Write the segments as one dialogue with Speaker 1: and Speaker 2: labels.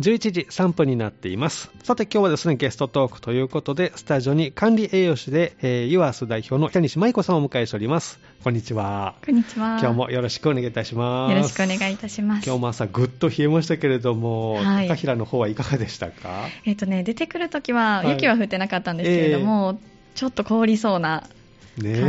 Speaker 1: 11時3分になっています。さて今日はですね、ゲストトークということで、スタジオに管理栄養士で、えー、ユアース代表の北西舞子さんをお迎えしております。こんにちは。
Speaker 2: こんにちは。
Speaker 1: 今日もよろしくお願いいたします。
Speaker 2: よろしくお願いいたします。
Speaker 1: 今日も朝ぐっと冷えましたけれども、
Speaker 2: はい
Speaker 1: 高平の方はいかがでしたか
Speaker 2: えっ、とね、出てくるときは、
Speaker 1: はい
Speaker 2: 雪は降ってなかったんですけれども、ちょっと凍りそうな
Speaker 1: ね
Speaker 2: 感覚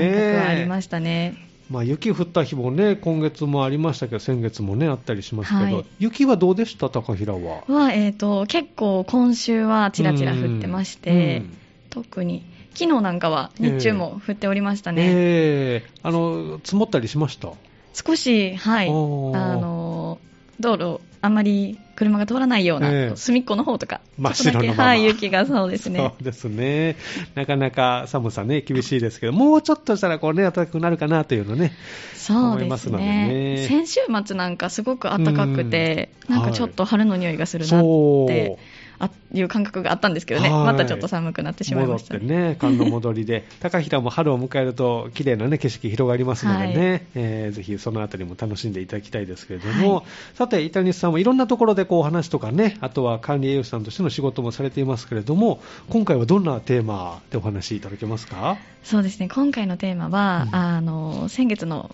Speaker 2: はあり
Speaker 1: ま
Speaker 2: ましたね。
Speaker 1: まあ、雪降った日もね、今月もありましたけど、先月もね、あったりしますけど、
Speaker 2: はい
Speaker 1: 雪はどうでした、高平は。
Speaker 2: は、えっ、と、結構今週はちらちら降ってまし
Speaker 1: う
Speaker 2: て、
Speaker 1: ん
Speaker 2: 特に、昨日なんかは日中も降っておりましたね。
Speaker 1: ええあの積もったりしました。
Speaker 2: 少し、はい、あ
Speaker 1: おー
Speaker 2: の、道路、あんまり車が通らないような、
Speaker 1: ええ
Speaker 2: 隅っこの方とか、
Speaker 1: 真っ
Speaker 2: ちょっと
Speaker 1: 白
Speaker 2: だけ
Speaker 1: のまま
Speaker 2: はい、雪がそうですね。
Speaker 1: そうですね。なかなか寒さね、厳しいですけど、もうちょっとしたらこうね、暖かくなるかなというのね。
Speaker 2: そう
Speaker 1: 思い
Speaker 2: で
Speaker 1: ます
Speaker 2: す
Speaker 1: ので
Speaker 2: ね
Speaker 1: ね
Speaker 2: 先週末なんかすごく暖かくて、
Speaker 1: うん
Speaker 2: なんかちょっと春の匂いがするなっ
Speaker 1: そう。
Speaker 2: てあいう感覚があったんですけどね、
Speaker 1: はい
Speaker 2: またちょっと寒くなってしまい
Speaker 1: 戻
Speaker 2: ま
Speaker 1: っ
Speaker 2: した
Speaker 1: て
Speaker 2: ね。
Speaker 1: ね、寒の戻りで、 高平も春を迎えると、綺麗なね、景色広がりますのでね、
Speaker 2: は
Speaker 1: えーぜひそのあたりも楽しんでいただきたいですけれども、
Speaker 2: はい
Speaker 1: さて、板西さんはいろんなところでこうお話とかね、あとは管理栄養士さんとしての仕事もされていますけれども、今回はどんなテーマでお話しいただけますか
Speaker 2: そうですね今回のテーマは、
Speaker 1: うん
Speaker 2: あの先月の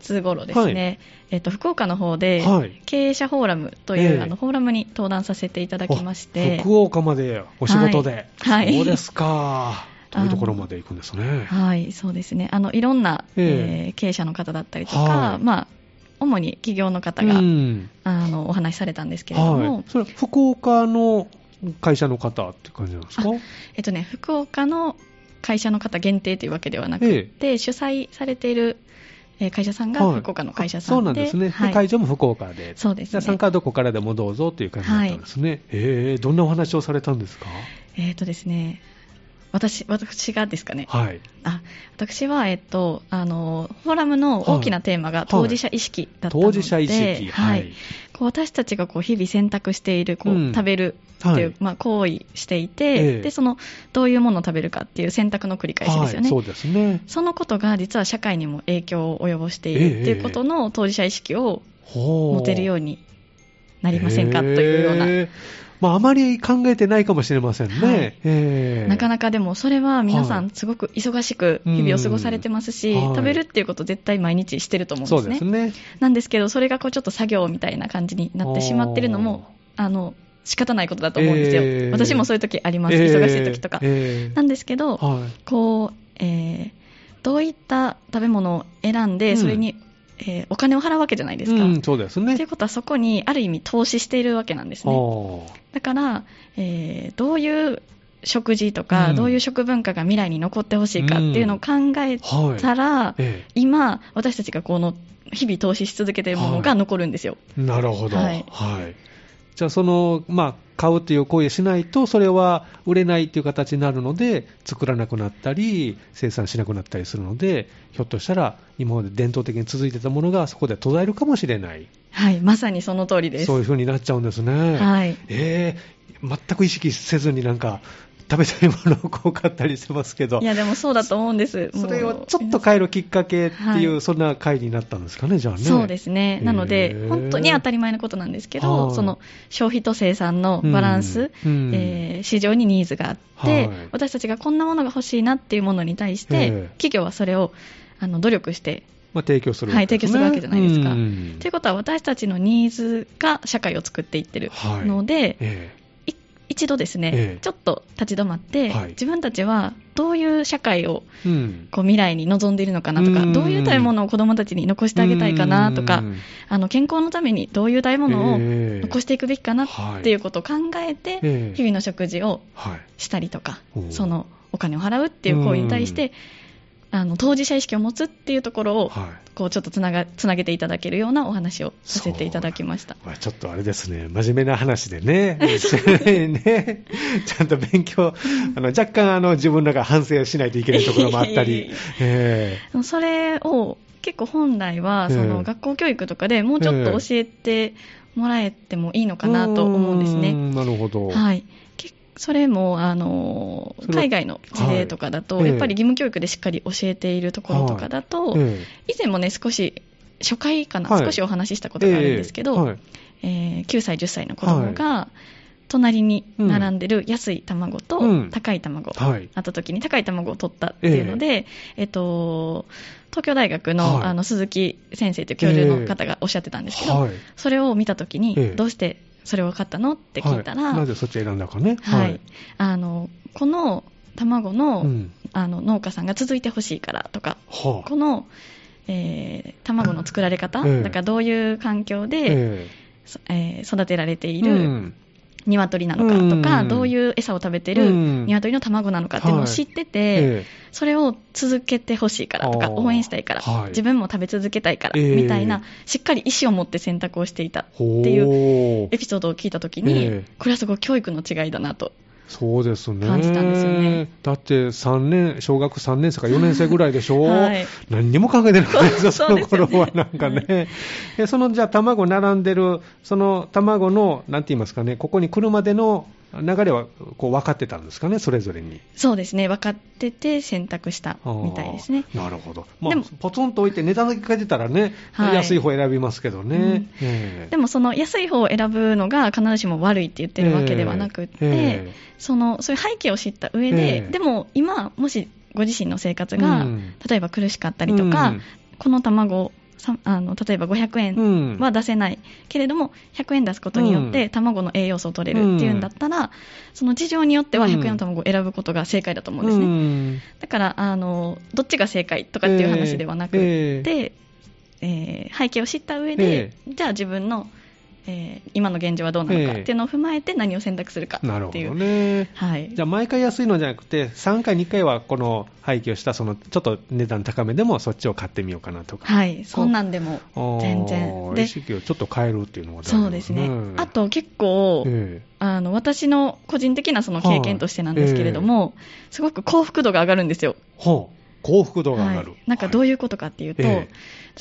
Speaker 2: 末頃ですね、
Speaker 1: は
Speaker 2: えっと、福岡の方で、
Speaker 1: はい
Speaker 2: 経営者フォーラムという、
Speaker 1: ええ
Speaker 2: あのフォーラムに登壇させていただきまして
Speaker 1: あ福岡までお仕事で、
Speaker 2: はいはい
Speaker 1: そうです か、というところまで行くんですね。
Speaker 2: はい、そうですね。あのいろんな、
Speaker 1: え
Speaker 2: えー経営者の方だったりとか、
Speaker 1: はい
Speaker 2: まあ主に企業の方が、
Speaker 1: うん
Speaker 2: あのお話しされたんですけれども、
Speaker 1: はい、それ福岡の会社の方って感じなんですか
Speaker 2: えっとね福岡の会社の方限定というわけではなく
Speaker 1: ええ
Speaker 2: て、主催されているえー会社さんが
Speaker 1: はい
Speaker 2: 福岡の会社さ
Speaker 1: あ
Speaker 2: んで、
Speaker 1: そうなんですね、で
Speaker 2: はい
Speaker 1: 会場も福岡で、
Speaker 2: そうです
Speaker 1: じゃあ
Speaker 2: ね。
Speaker 1: 参加はどこからでもどうぞという感じだったんですね、えーどんなお話をされたんですか、
Speaker 2: えっとですね、私私がですかね。
Speaker 1: はい、
Speaker 2: あ、私はえっとあのフォーラムの大きなテーマが当事者意識だったので、
Speaker 1: 当事者意識、
Speaker 2: はいこう私たちがこう日々選択しているこう、
Speaker 1: うん
Speaker 2: 食べるって
Speaker 1: はい
Speaker 2: いう、まあ、行為していて、
Speaker 1: ええ
Speaker 2: でそのどういうものを食べるかっていう選択の繰り返しです
Speaker 1: は
Speaker 2: よ
Speaker 1: い
Speaker 2: ね、
Speaker 1: そうですね、
Speaker 2: そのことが実は社会にも影響を及ぼしている
Speaker 1: ええ
Speaker 2: っていうことの当事者意識を
Speaker 1: 持
Speaker 2: 持てるよ
Speaker 1: う
Speaker 2: うになりませんかというような、
Speaker 1: まあ、あまり考えてないかもしれませんね、
Speaker 2: はい
Speaker 1: えー
Speaker 2: なかなかでもそれは皆さ
Speaker 1: は
Speaker 2: んすごく忙しく日々を過ごされてますし、
Speaker 1: うんはい
Speaker 2: 食べるっていうこと絶対毎日してると思うんで
Speaker 1: そう
Speaker 2: す
Speaker 1: で
Speaker 2: ね
Speaker 1: すね
Speaker 2: なんですけどそれがこうちょっと作業みたいな感じになってしまってるのもあの仕方ないことだと思うんですよ、
Speaker 1: えー
Speaker 2: 私もそういう時あり
Speaker 1: お
Speaker 2: ま
Speaker 1: ー
Speaker 2: す、
Speaker 1: えー
Speaker 2: 忙しい時とか、
Speaker 1: えー
Speaker 2: なんですけど、
Speaker 1: はい
Speaker 2: こう、えーどういった食べ物を選んで、
Speaker 1: うん
Speaker 2: それに、えーお金を払うわけじゃないですか。
Speaker 1: うん、そうですね
Speaker 2: ということはそこにある意味投資しているわけなんですね。
Speaker 1: おー
Speaker 2: だから、えーどういう食事とか、
Speaker 1: うん
Speaker 2: どういう食文化が未来に残ってほしいかっていうのを考え
Speaker 1: はい
Speaker 2: たら、
Speaker 1: え
Speaker 2: 今私たちがこの日々投資し続けているものが残るんですよ。
Speaker 1: えなるほど、は
Speaker 2: はいい
Speaker 1: じゃあその、まあ、買うという行為をしないとそれは売れないという形になるので作らなくなったり生産しなくなったりするのでひょっとしたら今まで伝統的に続いてたものがそこで途絶えるかもしれない
Speaker 2: はい、まさにその通りです。
Speaker 1: そういうふうになっちゃうんですね、
Speaker 2: はい。
Speaker 1: ええ全く意識せずになんか食べたいものをこう買ったりしてますけど
Speaker 2: いや、でもそうだと思うんです。
Speaker 1: それ
Speaker 2: も
Speaker 1: を
Speaker 2: う
Speaker 1: ちょっと変えるきっかけっていう、
Speaker 2: はい
Speaker 1: そんな回になったんですかね、じゃあね。
Speaker 2: そうですね。なの
Speaker 1: へ
Speaker 2: で
Speaker 1: ー、
Speaker 2: 本当に当たり前のことなんですけ
Speaker 1: は
Speaker 2: ど、
Speaker 1: い
Speaker 2: その消費と生産のバランス、
Speaker 1: うん
Speaker 2: えー市場にニーズがあっ
Speaker 1: は
Speaker 2: て、
Speaker 1: い
Speaker 2: 私たちがこんなものが欲しいなっていうものに対し
Speaker 1: え
Speaker 2: て
Speaker 1: え、
Speaker 2: 企業はそれをあの努力して、
Speaker 1: まあ、提供するわ
Speaker 2: は
Speaker 1: け
Speaker 2: い、
Speaker 1: で
Speaker 2: 提
Speaker 1: すね、
Speaker 2: 供するわけじゃないですか。
Speaker 1: うん
Speaker 2: ということは、私たちのニーズが社会を作っていってる
Speaker 1: はい
Speaker 2: ので、
Speaker 1: え
Speaker 2: い一度ですね、
Speaker 1: ええ
Speaker 2: ちょっと立ち止まって、
Speaker 1: はい
Speaker 2: 自分たちはどういう社会を
Speaker 1: えうん
Speaker 2: こう未来に望んでいるのかなと
Speaker 1: う
Speaker 2: か、
Speaker 1: ん
Speaker 2: どういう食べ物を子どもたちに残してあげたいかなとか
Speaker 1: う、ん
Speaker 2: あの健康のためにどういう食べ物を
Speaker 1: ええ
Speaker 2: 残していくべきかなっていうことを考えて、
Speaker 1: ええ
Speaker 2: 日々の食事を
Speaker 1: はい、
Speaker 2: したりとか
Speaker 1: おう、
Speaker 2: そのお金を払うっていう行為に対して、あの当事者意識を持つっていうところを、
Speaker 1: はい
Speaker 2: こうちょっとつながつなげていただけるようなお話をさせていただきました。
Speaker 1: まあ、ちょっとあれですね、真面目な話でね、 ねちゃんと勉強、あの若干あの自分らが反省しないといけないところもあった り、え
Speaker 2: それを結構本来は
Speaker 1: ええ
Speaker 2: その学校教育とかでもうちょっと教えてもらえてもいいの
Speaker 1: え
Speaker 2: かなと思うんですね。
Speaker 1: ーんなるほど、
Speaker 2: はい、けそれもあの
Speaker 1: それは
Speaker 2: 海外の事例とかだと、
Speaker 1: はいええ
Speaker 2: やっぱり義務教育でしっかり教えているところとかだと、
Speaker 1: ええ
Speaker 2: 以前もね、少し初回かな、
Speaker 1: はい
Speaker 2: 少しお話ししたことがあるんですけど、え
Speaker 1: ええはい
Speaker 2: えー9歳、10歳の子供が、隣に並んでる安い卵
Speaker 1: うん
Speaker 2: と高い卵、
Speaker 1: はい。
Speaker 2: あった時に高い卵を取ったっていうので、えっと、東京大学の,、
Speaker 1: はい
Speaker 2: あの鈴木先生という教授の方がおっしゃってたんですけど、
Speaker 1: はい。
Speaker 2: それを見た時に、
Speaker 1: ええ
Speaker 2: どうしてそれを買ったのって聞いたら、
Speaker 1: は
Speaker 2: はい
Speaker 1: ないぜそっち選んだかね。
Speaker 2: あのこの卵の,、
Speaker 1: うん。
Speaker 2: あの農家さんが続いてほしいからとか
Speaker 1: はあ。
Speaker 2: この、えー卵の作られ方、
Speaker 1: ええ
Speaker 2: だからどういう環境で、
Speaker 1: え
Speaker 2: そえー育てられて
Speaker 1: え
Speaker 2: いうる
Speaker 1: ん
Speaker 2: 鶏なのかとか、
Speaker 1: うん
Speaker 2: どういう餌を食べて
Speaker 1: う
Speaker 2: る
Speaker 1: ん
Speaker 2: 鶏の卵なのかっていうのを知ってて、
Speaker 1: え
Speaker 2: それを続けてほしいからと
Speaker 1: あ
Speaker 2: か
Speaker 1: ー
Speaker 2: 応援したいから、
Speaker 1: はい
Speaker 2: 自分も食べ続けたいから
Speaker 1: ええ
Speaker 2: みたいな、しっかり意思を持って選択をしていたっ
Speaker 1: え
Speaker 2: ていう
Speaker 1: ほう
Speaker 2: エピソードを聞いたときに、
Speaker 1: ええ
Speaker 2: これはすごい教育の違いだなと、
Speaker 1: そうですね。
Speaker 2: 感じたんですよね。
Speaker 1: だって三年、小学3年生か4年生ぐらいでしょ。
Speaker 2: はい、
Speaker 1: 何にも考えてなかった ですよ、そ
Speaker 2: そ
Speaker 1: の
Speaker 2: うです
Speaker 1: 頃
Speaker 2: よね
Speaker 1: はなんかね。えそのじゃあ、卵並んでる、その卵の、なんて言いますかね、ここに来るまでの流れはこう分かってたんですかね、それぞれに。
Speaker 2: そうですね、分かってて選択したみたいですね。
Speaker 1: あーなるほど。まあ
Speaker 2: でも、
Speaker 1: ポツンと置いて値段だけ書いてたらね、
Speaker 2: はい
Speaker 1: 安い方選びますけどね。
Speaker 2: うん
Speaker 1: ええ
Speaker 2: でもその安い方を選ぶのが必ずしも悪いって言ってるわけではなくって、
Speaker 1: え
Speaker 2: そのそういう背景を知った上で、
Speaker 1: ええ
Speaker 2: でも今、もしご自身の生活
Speaker 1: え
Speaker 2: が、
Speaker 1: うん
Speaker 2: 例えば苦しかったりとか、この卵さあの例えば500
Speaker 1: う
Speaker 2: 円
Speaker 1: ん
Speaker 2: は出せない、けれども100円出すことによっ
Speaker 1: う
Speaker 2: て卵の栄養素を取れるっていうんだったら、その事情によっては100円の卵を選ぶことが正解だと思うんですね、
Speaker 1: うん
Speaker 2: だからあのどっちが正解とかっていう話ではなくて、
Speaker 1: ええ
Speaker 2: えー背景を知った上で、じゃあ自分の、えー今の現状はどうなのかっていうのを踏まえて何を選択するか
Speaker 1: なる
Speaker 2: っ
Speaker 1: ほ
Speaker 2: ていう。
Speaker 1: どね。
Speaker 2: はい、
Speaker 1: じゃあ毎回安いのじゃなくて、3回、2回はこの廃棄をした、そのちょっと値段高めでもそっちを買ってみようかなとか、
Speaker 2: はい、そんなんでも
Speaker 1: あー
Speaker 2: 全然。
Speaker 1: 意
Speaker 2: で
Speaker 1: 識をちょっと変えるっていうのが大事
Speaker 2: そうですね、あ、と結構、
Speaker 1: え
Speaker 2: あの私の個人的なその経験としてなんですけれども、すごく幸福度が上がるんですよ、
Speaker 1: えほう幸福度が上がる、
Speaker 2: はいなんかど
Speaker 1: は
Speaker 2: う
Speaker 1: い
Speaker 2: いうことかっていうと、
Speaker 1: え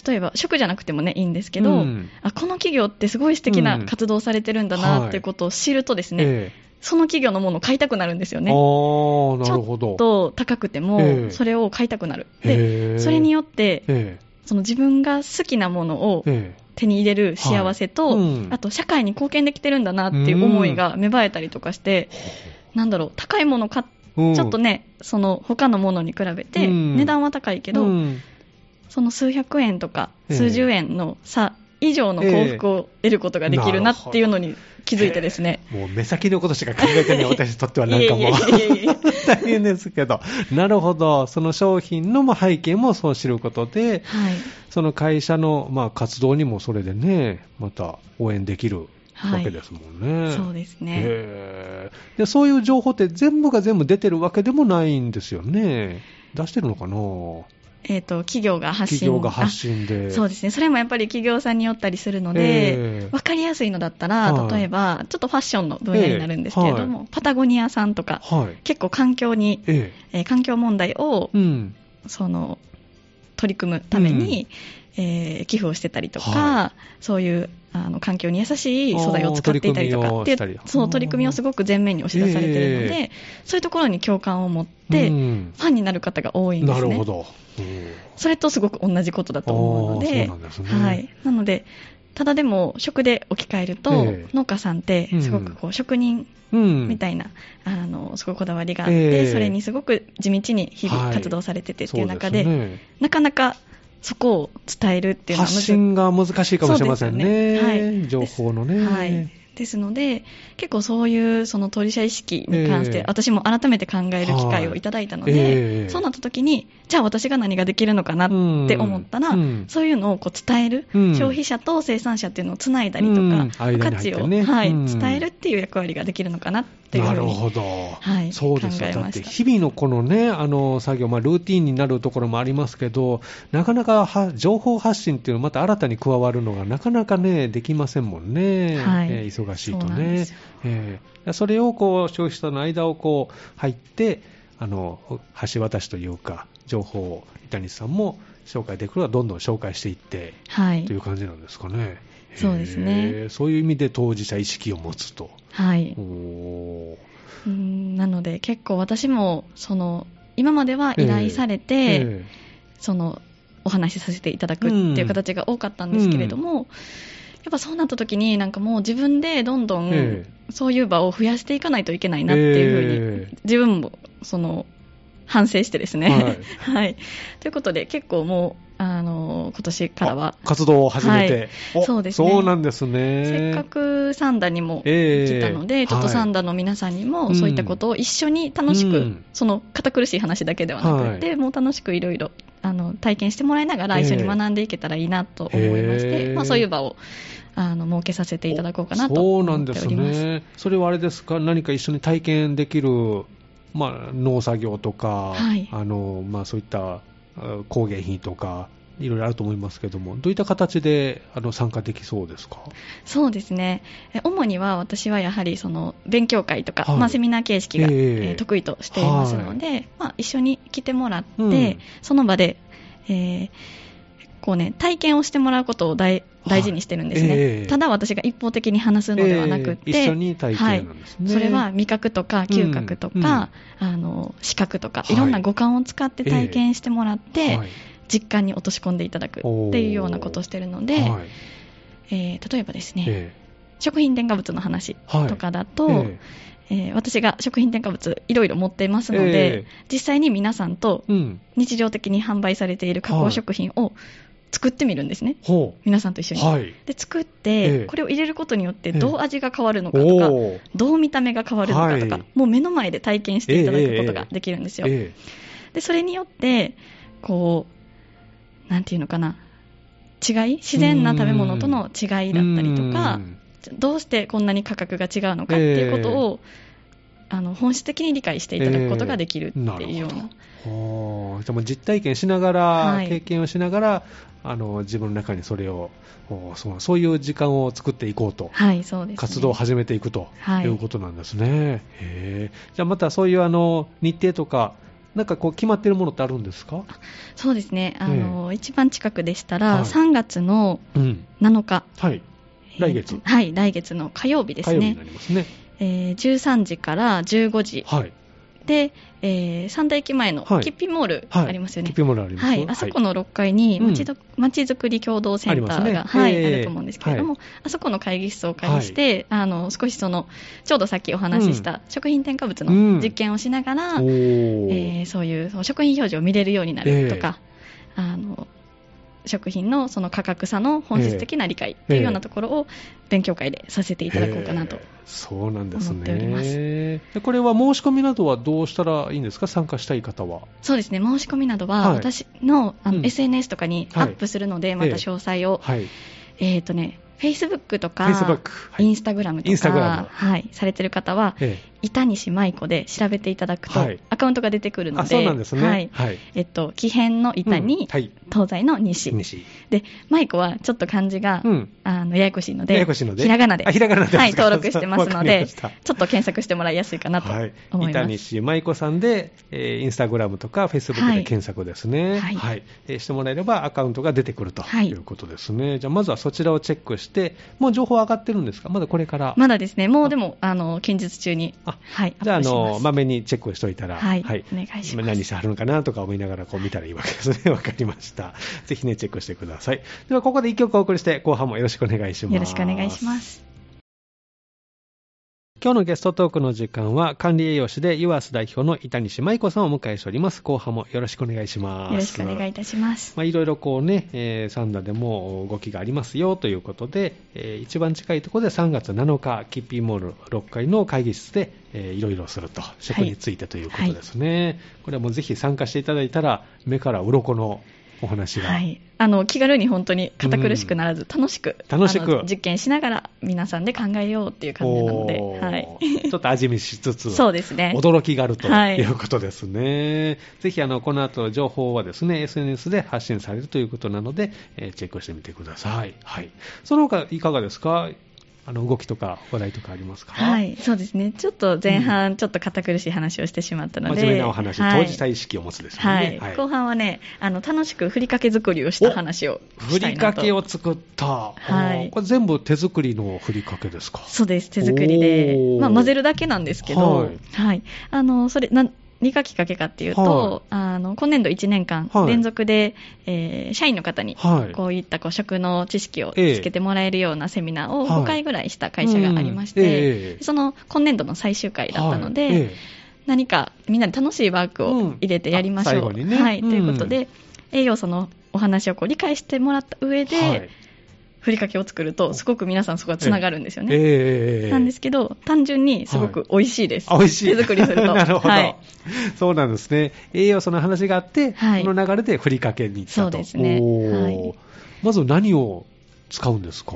Speaker 2: 例えば、職じゃなくてもね、いいんですけど、
Speaker 1: うん
Speaker 2: あ、この企業ってすごい素敵な活動をされてるんだ
Speaker 1: うん
Speaker 2: なっていうことを知るとですね、
Speaker 1: え
Speaker 2: その企業のものを買いたくなるんですよ
Speaker 1: え
Speaker 2: ね。
Speaker 1: ああ、なるほ
Speaker 2: ちょ
Speaker 1: ど
Speaker 2: っ。と高くて
Speaker 1: ええ
Speaker 2: も、それを買いたくなる。で、
Speaker 1: へえ
Speaker 2: それによって、
Speaker 1: え
Speaker 2: その自分が好きなものを
Speaker 1: ええ
Speaker 2: 手に入れる幸せと、
Speaker 1: はいうん
Speaker 2: あと社会に貢献できてるんだなっていう思いが芽生えたりとかして、なんだろう、高いもの買っ
Speaker 1: えうん
Speaker 2: ちょっとね、その他のものに比べて、
Speaker 1: うん
Speaker 2: 値段は高いけど、
Speaker 1: うん
Speaker 2: その数百円とか
Speaker 1: ええ
Speaker 2: 数十円の差以上の幸福を得ることができるなっていうのに気づいてですね。
Speaker 1: もう目先のことしか考えてない私にとってはなんかもう
Speaker 2: いえいえいえい え
Speaker 1: 大変ですけど、なるほど、その商品のまあ背景もそう知ることで、
Speaker 2: はい。
Speaker 1: その会社のまあ活動にもそれでね、また応援できる
Speaker 2: は
Speaker 1: わ
Speaker 2: い。
Speaker 1: けですもんね。
Speaker 2: そうですね。
Speaker 1: へえでそういう情報って全部が全部出てるわけでもないんですよね。出してるのかな
Speaker 2: えっ、と、企業が発信。
Speaker 1: 企業が発信
Speaker 2: あ
Speaker 1: で。
Speaker 2: そうですね。それもやっぱり企業さんによったりするので、
Speaker 1: ええ
Speaker 2: わかりやすいのだったら、
Speaker 1: はい
Speaker 2: 例えば、ちょっとファッションの分野になるんですけれども、
Speaker 1: え
Speaker 2: パタゴニアさんとか、
Speaker 1: はい。
Speaker 2: 結構環境に、
Speaker 1: え
Speaker 2: えー環境問題を
Speaker 1: え。うん。
Speaker 2: その取り組むために、えー寄付をしてたりとか、
Speaker 1: は
Speaker 2: そういうあの環境に優しい素材を使っていたりとかってい
Speaker 1: あー取り組みをしたり
Speaker 2: うそう取り組みをすごく前面に押し出されてるので、
Speaker 1: え
Speaker 2: そういうところに共感を持って、
Speaker 1: う
Speaker 2: フ
Speaker 1: ん
Speaker 2: ァンになる方が多いんで
Speaker 1: な
Speaker 2: す
Speaker 1: る
Speaker 2: ね
Speaker 1: ほど。うん
Speaker 2: それとすごく同じことだと思うの
Speaker 1: あー
Speaker 2: で
Speaker 1: そうなんですね
Speaker 2: はい、なのでただでも食で置き換えると、
Speaker 1: ええ
Speaker 2: 農家さんってすごくこう職人
Speaker 1: うん。
Speaker 2: み
Speaker 1: い
Speaker 2: たいな、あのすごいこだわりがあって、
Speaker 1: ええ
Speaker 2: それにすごく地道に日
Speaker 1: は
Speaker 2: 々
Speaker 1: い
Speaker 2: 活動されててっていう中で、
Speaker 1: ね、
Speaker 2: なかなかそこを伝えるっていうのは
Speaker 1: 発
Speaker 2: 難しい
Speaker 1: 信が難しいかもしれませんね。
Speaker 2: そうですよねはい
Speaker 1: 情報のね。
Speaker 2: はい、ですので、結構そういうその当事者意識に関して、
Speaker 1: ええ
Speaker 2: 私も改めて考える機会をいただいたので、
Speaker 1: ええ
Speaker 2: そうなった時に、じゃあ私が何ができるのかなって思ったら、
Speaker 1: うんうん
Speaker 2: そういうのをこう伝える、
Speaker 1: うん
Speaker 2: 消費者と生産者っていうのをつないだりとか、
Speaker 1: うん間に入ってね
Speaker 2: 価値を、はい
Speaker 1: うん
Speaker 2: 伝えるっていう役割ができるのかなっていうふう
Speaker 1: な
Speaker 2: に
Speaker 1: るほど。
Speaker 2: はい
Speaker 1: そうです
Speaker 2: 考
Speaker 1: よ。
Speaker 2: え
Speaker 1: だっ
Speaker 2: ましてた
Speaker 1: 日々のこのね、あの作業、まあ、ルーティンになるところもありますけど、なかなかは情報発信っていうのまた新たに加わるのがなかなかね、できませんもんね。
Speaker 2: はい
Speaker 1: えー忙しいと
Speaker 2: そうなんで
Speaker 1: ね
Speaker 2: すよ。
Speaker 1: えーそれをこう、消費者との間をこう、入って、あの、橋渡しというか、情報を伊谷さんも紹介できるのはどんどん紹介していって、
Speaker 2: はい
Speaker 1: という感じなんですかね。
Speaker 2: そうですね
Speaker 1: へー。そういう意味で当事者意識を持つと。
Speaker 2: はい
Speaker 1: お、ー
Speaker 2: うんなので結構私もその今までは依頼されて、
Speaker 1: え
Speaker 2: そのお話しさせていただくっていう形が多かったんですけれども、やっぱそうなった時になんかもう自分でどんどん
Speaker 1: え
Speaker 2: そういう場を増やしていかないといけないなっていうふう
Speaker 1: え
Speaker 2: に自分もその反省してですね、
Speaker 1: はい
Speaker 2: はいということで結構もうあの今年からは
Speaker 1: あ活動を始めて、
Speaker 2: はい
Speaker 1: お
Speaker 2: そうですね
Speaker 1: そうなんです
Speaker 2: せ
Speaker 1: ね
Speaker 2: っかくサンダにも
Speaker 1: ええ
Speaker 2: 来たので、ちょっとサンダの皆さんに
Speaker 1: は
Speaker 2: も
Speaker 1: い
Speaker 2: そういったことを一緒に楽しく、
Speaker 1: うん
Speaker 2: その堅苦しい話だけではなくて、
Speaker 1: は
Speaker 2: もう楽しくいろいろあの体験してもらいながら一緒に学んでいけたらいいなと思いまして、
Speaker 1: ええ
Speaker 2: まあ、そういう場をあの設けさせていただこうかなと
Speaker 1: そうなん
Speaker 2: 思って
Speaker 1: で
Speaker 2: お
Speaker 1: す
Speaker 2: ります。
Speaker 1: ね、それはあれですか、何か一緒に体験できる、まあ、農作業とか、
Speaker 2: はい
Speaker 1: あのまあ、そういったあ工芸品とか、いろいろあると思いますけども、どういった形であの参加できそうですか。
Speaker 2: そうですねえ主には私はやはりその勉強会とか、
Speaker 1: はい
Speaker 2: まあ、セミナー形式が、
Speaker 1: ええ
Speaker 2: えー得意としていますので、まあ、一緒に来てもらって、
Speaker 1: うん
Speaker 2: その場で、えーこうね、体験をしてもらうことを大大事にしてるんですね、
Speaker 1: はいええ
Speaker 2: ただ私が一方的に話すのではなくって、
Speaker 1: ええ一緒に体験なんですね。
Speaker 2: それは味覚とか嗅覚とか、あの視覚とか、
Speaker 1: はい
Speaker 2: いろんな五感を使って体験してもらって、
Speaker 1: はい
Speaker 2: 実感に落とし込んでいただくっていうようなことをしてるの
Speaker 1: は
Speaker 2: で、
Speaker 1: い
Speaker 2: えー例えばですね、
Speaker 1: え
Speaker 2: 食品添加物の話
Speaker 1: はい
Speaker 2: とかだ
Speaker 1: え
Speaker 2: と、
Speaker 1: え
Speaker 2: えー私が食品添加物いろいろ持っていますの
Speaker 1: ええ
Speaker 2: で、実際に皆さんと
Speaker 1: えうん、
Speaker 2: 日常的に販売されている加工食品を作ってみるんですね、
Speaker 1: ほ
Speaker 2: 皆さんと一
Speaker 1: う、
Speaker 2: 緒に。
Speaker 1: はい、
Speaker 2: で作っ
Speaker 1: え
Speaker 2: て
Speaker 1: え、
Speaker 2: これを入れることによって
Speaker 1: ええ
Speaker 2: どう味が変わるのかとか、
Speaker 1: おー
Speaker 2: どう見た目が変わるのかとか、
Speaker 1: はい
Speaker 2: もう目の前で体験していただくこと
Speaker 1: ええ
Speaker 2: ができるんですよ。
Speaker 1: え
Speaker 2: でそれによってこうなんていうのかな違い自然な食べ物との違
Speaker 1: え
Speaker 2: いだったりとか
Speaker 1: う、ん
Speaker 2: どうしてこんなに価格が違うのかっていうことを、あの本質的に理解していただくことができるっていうような。
Speaker 1: ほうでも実体験しながら、
Speaker 2: はい
Speaker 1: 経験をしながらあの自分の中にそれをおそうそういう時間を作っていこうと、
Speaker 2: はい、そうです、ね。
Speaker 1: 活動を始めていくと
Speaker 2: はい
Speaker 1: いうことなんですね、へえじゃあまたそういうあの日程とかなんかこう決まってるものってあるんですか、
Speaker 2: そうですね。あの、一番近くでしたら、
Speaker 1: はい
Speaker 2: 3月の
Speaker 1: うん
Speaker 2: 7日。
Speaker 1: はい、来月
Speaker 2: えーはい、来月の火曜日です
Speaker 1: 火曜日に
Speaker 2: ね
Speaker 1: な。りますね
Speaker 2: えー13時から15時
Speaker 1: はい、
Speaker 2: で、えー三田駅前の
Speaker 1: はい
Speaker 2: キッピモール
Speaker 1: はい、
Speaker 2: ありますよね
Speaker 1: キ。ピモールあります
Speaker 2: はい、あそこの6階に
Speaker 1: うん
Speaker 2: まちどまちづくり共同センタ
Speaker 1: あり
Speaker 2: ー
Speaker 1: ま
Speaker 2: が、
Speaker 1: すね
Speaker 2: はい
Speaker 1: ええ
Speaker 2: あると思うんですけれども、あそこの会議室をお借りして、あの少しそのちょうどさっきお話しし
Speaker 1: う
Speaker 2: た食品添加物
Speaker 1: うん
Speaker 2: の実験をしながら、
Speaker 1: おー
Speaker 2: えーそういうその食品表示を見れるようになるとか、あの食品のその価格差の本質的な理解というようなところを勉強会でさせていただこうかなと
Speaker 1: えーそうなんです
Speaker 2: 思っておりま
Speaker 1: ねでこれは申し込みなどはどうしたらいいんですか参加したい方は
Speaker 2: そうですね申し込みなど
Speaker 1: は
Speaker 2: はい私の,、あ
Speaker 1: う
Speaker 2: の
Speaker 1: ん
Speaker 2: SNS とかにアップするので、また詳細を、
Speaker 1: はい
Speaker 2: えっ、とね Facebook とか
Speaker 1: Facebook はい
Speaker 2: インスタグラムとか、
Speaker 1: Instagram
Speaker 2: はい、されてる方は
Speaker 1: え
Speaker 2: 板西舞子で調べていただくと、
Speaker 1: はい
Speaker 2: アカウントが出てくる
Speaker 1: え
Speaker 2: ので
Speaker 1: あそうなんですね
Speaker 2: はい
Speaker 1: はい
Speaker 2: えっと、紀変の板に、
Speaker 1: うんはい
Speaker 2: 東西の西
Speaker 1: 西
Speaker 2: で舞子はちょっと漢字が、
Speaker 1: うん
Speaker 2: あのややこしいので
Speaker 1: ややこしいので
Speaker 2: ひらがなで
Speaker 1: あひらがなで
Speaker 2: はい、登録してますの
Speaker 1: わかり
Speaker 2: で
Speaker 1: ました
Speaker 2: ちょっと検索してもらいやすいかなと思います。
Speaker 1: はい、板西舞子さんで、えーインスタグラムとかフェイスブック
Speaker 2: は
Speaker 1: で
Speaker 2: い
Speaker 1: 検索ですね、
Speaker 2: はい
Speaker 1: えーしてもらえればアカウントが出てくると
Speaker 2: はい
Speaker 1: いうことですね、じゃあまずはそちらをチェックしてもう情報上がってるんですかまだこれから
Speaker 2: まだですね、もうでも、あの、近日中に、
Speaker 1: あ
Speaker 2: はい、
Speaker 1: じゃあ、あ
Speaker 2: アップし
Speaker 1: の、ま
Speaker 2: ま
Speaker 1: めにチェックをしておいたら、
Speaker 2: はいお願いします
Speaker 1: 今何してはるのかなとか思いながら、こう見たらいいわけですね。 わかりました。ぜひね、チェックしてください。では、ここで一曲お送りして、後半もよろしくお願いしますす。
Speaker 2: よろしくお願いしま。す。
Speaker 1: 今日のゲストトークの時間は、管理栄養士で、ユアス代表の板西舞子さんをお迎えしております。後半もよろしくお願いします。
Speaker 2: よろしくお願いいたします。
Speaker 1: まあ、いろいろこうね、えーサンダでも動きがありますよということで、えー一番近いところで3月7日、キッピーモール6階の会議室で、えーいろいろすると、食についてということですね。これはもうぜひ参加していただいたら、目から鱗のお話が。
Speaker 2: はい。あの、気軽に本当に堅苦しくならず、楽しく、
Speaker 1: 楽しく
Speaker 2: あの実験しながら、皆さんで考えようっていう感じなので、
Speaker 1: おー
Speaker 2: はい。
Speaker 1: ちょっと味見しつ つ、
Speaker 2: そうですね。
Speaker 1: 驚きがあると
Speaker 2: はい
Speaker 1: いうことですね。ぜひ、あの、この後、情報はですね、SNS で発信されるということなので、えーチェックしてみてください。はい。その他、いかがですかあの、動きとか話題とかありますか
Speaker 2: はい、そうですね。ちょっと前半、ちょっと堅苦しい話をしてしまったの
Speaker 1: 真
Speaker 2: で。
Speaker 1: 面目なお話、
Speaker 2: はい
Speaker 1: 当事者意識を持つですよ
Speaker 2: は
Speaker 1: ね
Speaker 2: い。。後半はね、あの、楽しくふりかけ作りをした話を
Speaker 1: ふ
Speaker 2: した
Speaker 1: り
Speaker 2: いな
Speaker 1: か
Speaker 2: と。
Speaker 1: けを作った。
Speaker 2: はい
Speaker 1: おーこれ全部手作りのふりかけですか
Speaker 2: そうです手作りで
Speaker 1: おー、
Speaker 2: まあ、混ぜるだけなんですけど、
Speaker 1: は
Speaker 2: はいいあのそれな何がきっかけかっていうと、あの今年度1年間
Speaker 1: はい
Speaker 2: 連続で、えー社員の方に
Speaker 1: はい
Speaker 2: こういったこう食の知識を
Speaker 1: ええ
Speaker 2: つけてもらえるようなセミナーを
Speaker 1: はい
Speaker 2: 5回ぐらいした会社がありまして、
Speaker 1: うんええ
Speaker 2: その今年度の最終回だったので、
Speaker 1: はいええ
Speaker 2: 何かみんなで楽しいワークを入れてやりましょう。
Speaker 1: うんあ最後にね
Speaker 2: はい、
Speaker 1: うん
Speaker 2: ということで、栄養素のお話をこう理解してもらった上で、
Speaker 1: はい
Speaker 2: ふりかけを作ると、すごく皆さんそこがつながるんですよね。
Speaker 1: ええ
Speaker 2: なんですけど、単純にすごく美味しいです。
Speaker 1: あ美味しい。
Speaker 2: 手作りすると。
Speaker 1: なるほど、
Speaker 2: はい。
Speaker 1: そうなんですね。栄養素の話があって、
Speaker 2: はい
Speaker 1: その流れでふりかけに行ったと。
Speaker 2: そうですね
Speaker 1: おー
Speaker 2: はい
Speaker 1: まず何を使うんですか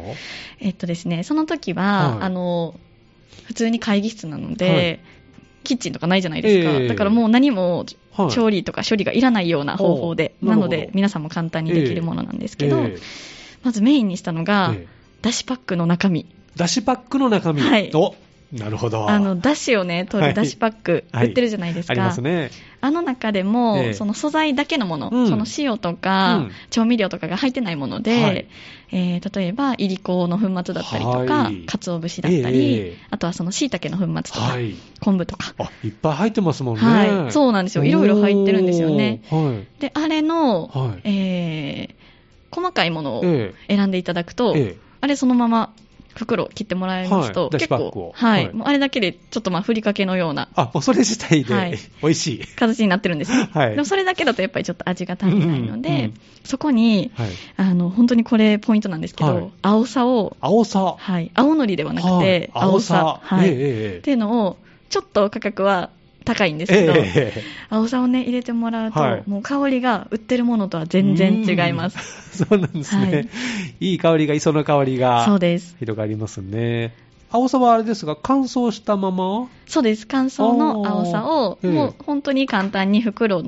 Speaker 2: えっとですね、その時は、
Speaker 1: はい
Speaker 2: あの、普通に会議室なので、
Speaker 1: はい
Speaker 2: キッチンとかないじゃないですか、
Speaker 1: ええ
Speaker 2: だからもう何も
Speaker 1: はい
Speaker 2: 調理とか処理がいらないような方法で、
Speaker 1: おうな
Speaker 2: な
Speaker 1: るほ
Speaker 2: の
Speaker 1: ど
Speaker 2: で皆さんも簡単にできるものなんですけど、
Speaker 1: ええ
Speaker 2: まずメインにしたのが、
Speaker 1: ええ
Speaker 2: だしパックの中身
Speaker 1: だしパックの中身。
Speaker 2: はい
Speaker 1: おなるほど。
Speaker 2: あのだしをね取
Speaker 1: はい
Speaker 2: るだしパック、
Speaker 1: はい
Speaker 2: 売ってるじゃないですか
Speaker 1: ありますね。
Speaker 2: あの中でも、
Speaker 1: ええ
Speaker 2: その素材だけのもの、
Speaker 1: うん
Speaker 2: その塩とか、
Speaker 1: うん
Speaker 2: 調味料とかが入ってないもので、
Speaker 1: はい
Speaker 2: えー例えばいりこの粉末だったりとか、
Speaker 1: はい
Speaker 2: 鰹節だったり、
Speaker 1: ええ
Speaker 2: あとはその椎茸の粉末とか、
Speaker 1: はい。
Speaker 2: 昆布とか、
Speaker 1: あ、いっぱい入ってますもんね。
Speaker 2: はいそうなんですよいろいろ入ってるんですよね
Speaker 1: おー。はい。
Speaker 2: であれの、
Speaker 1: はい
Speaker 2: えー細かいものを
Speaker 1: え
Speaker 2: 選んでいただく
Speaker 1: え
Speaker 2: と、
Speaker 1: ええ
Speaker 2: あれそのまま袋を切ってもらいますと、
Speaker 1: はいだ
Speaker 2: 結
Speaker 1: しパックを
Speaker 2: 構、はい
Speaker 1: はい
Speaker 2: もうあれだけでちょっとまあふりかけのような
Speaker 1: あ、もうそれ自体で、
Speaker 2: はい
Speaker 1: 美味しい。
Speaker 2: 形になってるんですね、
Speaker 1: はい
Speaker 2: でもそれだけだとやっぱりちょっと味が足りないので、
Speaker 1: うんうんうん
Speaker 2: そこに
Speaker 1: はい。
Speaker 2: あの本当にこれポイントなんですけど、
Speaker 1: はい
Speaker 2: 青さを、
Speaker 1: 青さ。
Speaker 2: はい、青のりではなくて、
Speaker 1: はい
Speaker 2: 青さ、はい
Speaker 1: ええ
Speaker 2: っ
Speaker 1: ええ
Speaker 2: ていうのをちょっと価格は高いんですけど、
Speaker 1: ええ
Speaker 2: 青さをね入れてもらうと、
Speaker 1: はい
Speaker 2: もう香りが売ってるものとは全然違います、
Speaker 1: す。そうなんですね。
Speaker 2: はいい、
Speaker 1: い香りが、磯の香りが
Speaker 2: そうです
Speaker 1: 広がりますね。青さはあれですが、乾燥したまま
Speaker 2: そうです乾燥の青さを
Speaker 1: あーええ
Speaker 2: もう本当に簡単に袋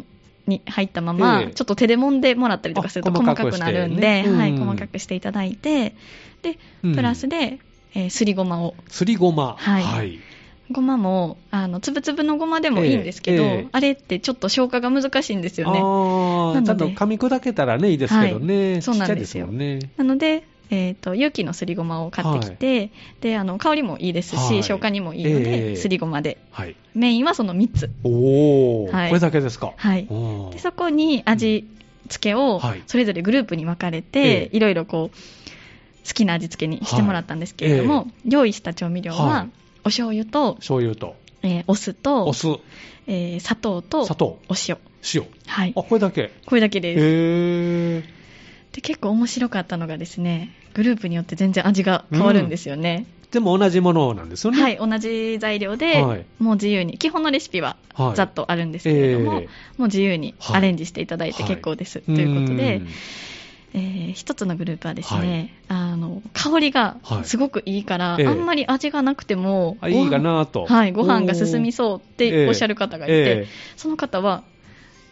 Speaker 2: に入ったまま、
Speaker 1: ええ
Speaker 2: ちょっと手で揉んでもらったりとかすると
Speaker 1: あ細
Speaker 2: 細
Speaker 1: か
Speaker 2: か
Speaker 1: く
Speaker 2: くなるんで、
Speaker 1: してね
Speaker 2: はい、
Speaker 1: うん
Speaker 2: 細かくしていただいてで
Speaker 1: うん
Speaker 2: プラスで、えーすりごまを
Speaker 1: すりごま。
Speaker 2: はいごまもあの粒々のごまでもいいんですけど、
Speaker 1: ええええ
Speaker 2: あれってちょっと消化が難しいんですよね
Speaker 1: ああ、
Speaker 2: なの
Speaker 1: ち
Speaker 2: で
Speaker 1: ゃんと噛み砕けたらね、いいですけどね。
Speaker 2: はいそうなんです
Speaker 1: ち
Speaker 2: よ
Speaker 1: っちゃいですもんね。
Speaker 2: なので、えー、と有機のすりごまを買ってきて、であの香りもいいですし、
Speaker 1: はい
Speaker 2: 消化にもいいの
Speaker 1: え
Speaker 2: で、
Speaker 1: え
Speaker 2: すりごまで
Speaker 1: はい。
Speaker 2: メインはその3つ、
Speaker 1: おー、
Speaker 2: はい
Speaker 1: これだけですか。
Speaker 2: はい
Speaker 1: おー
Speaker 2: でそこに味付けを
Speaker 1: はい
Speaker 2: それぞれグループに分かれ
Speaker 1: え
Speaker 2: て、
Speaker 1: え
Speaker 2: いろいろこう好きな味付けにしてもらったんですけれども、
Speaker 1: はい
Speaker 2: 用意した調味料は、
Speaker 1: はい
Speaker 2: お醤油と、
Speaker 1: 醤油と、
Speaker 2: えーお酢と
Speaker 1: お酢、
Speaker 2: えー砂糖と
Speaker 1: 砂糖、
Speaker 2: お塩、
Speaker 1: 塩。
Speaker 2: はい、
Speaker 1: あ、これだけ。
Speaker 2: これだけです、
Speaker 1: へー。
Speaker 2: で結構面白かったのがですねグループによって全然味が変わるんですよね、
Speaker 1: でも同じものなんですよね。
Speaker 2: はい、同じ材料で、
Speaker 1: はい
Speaker 2: もう自由に基本のレシピは
Speaker 1: はい
Speaker 2: ざっとあるんですけれども、
Speaker 1: ええ
Speaker 2: もう自由にアレンジしていただいて
Speaker 1: はい
Speaker 2: 結構です、ということで、えー一つのグループはですね、あの香りが
Speaker 1: はい
Speaker 2: すごくいいから、
Speaker 1: ええ
Speaker 2: あんまり味がなくても
Speaker 1: うん。あ、いいか
Speaker 2: ご飯
Speaker 1: なと。
Speaker 2: はい、ご飯が進みそうっ
Speaker 1: ええ
Speaker 2: ておっしゃる方がいて、
Speaker 1: ええ
Speaker 2: その方は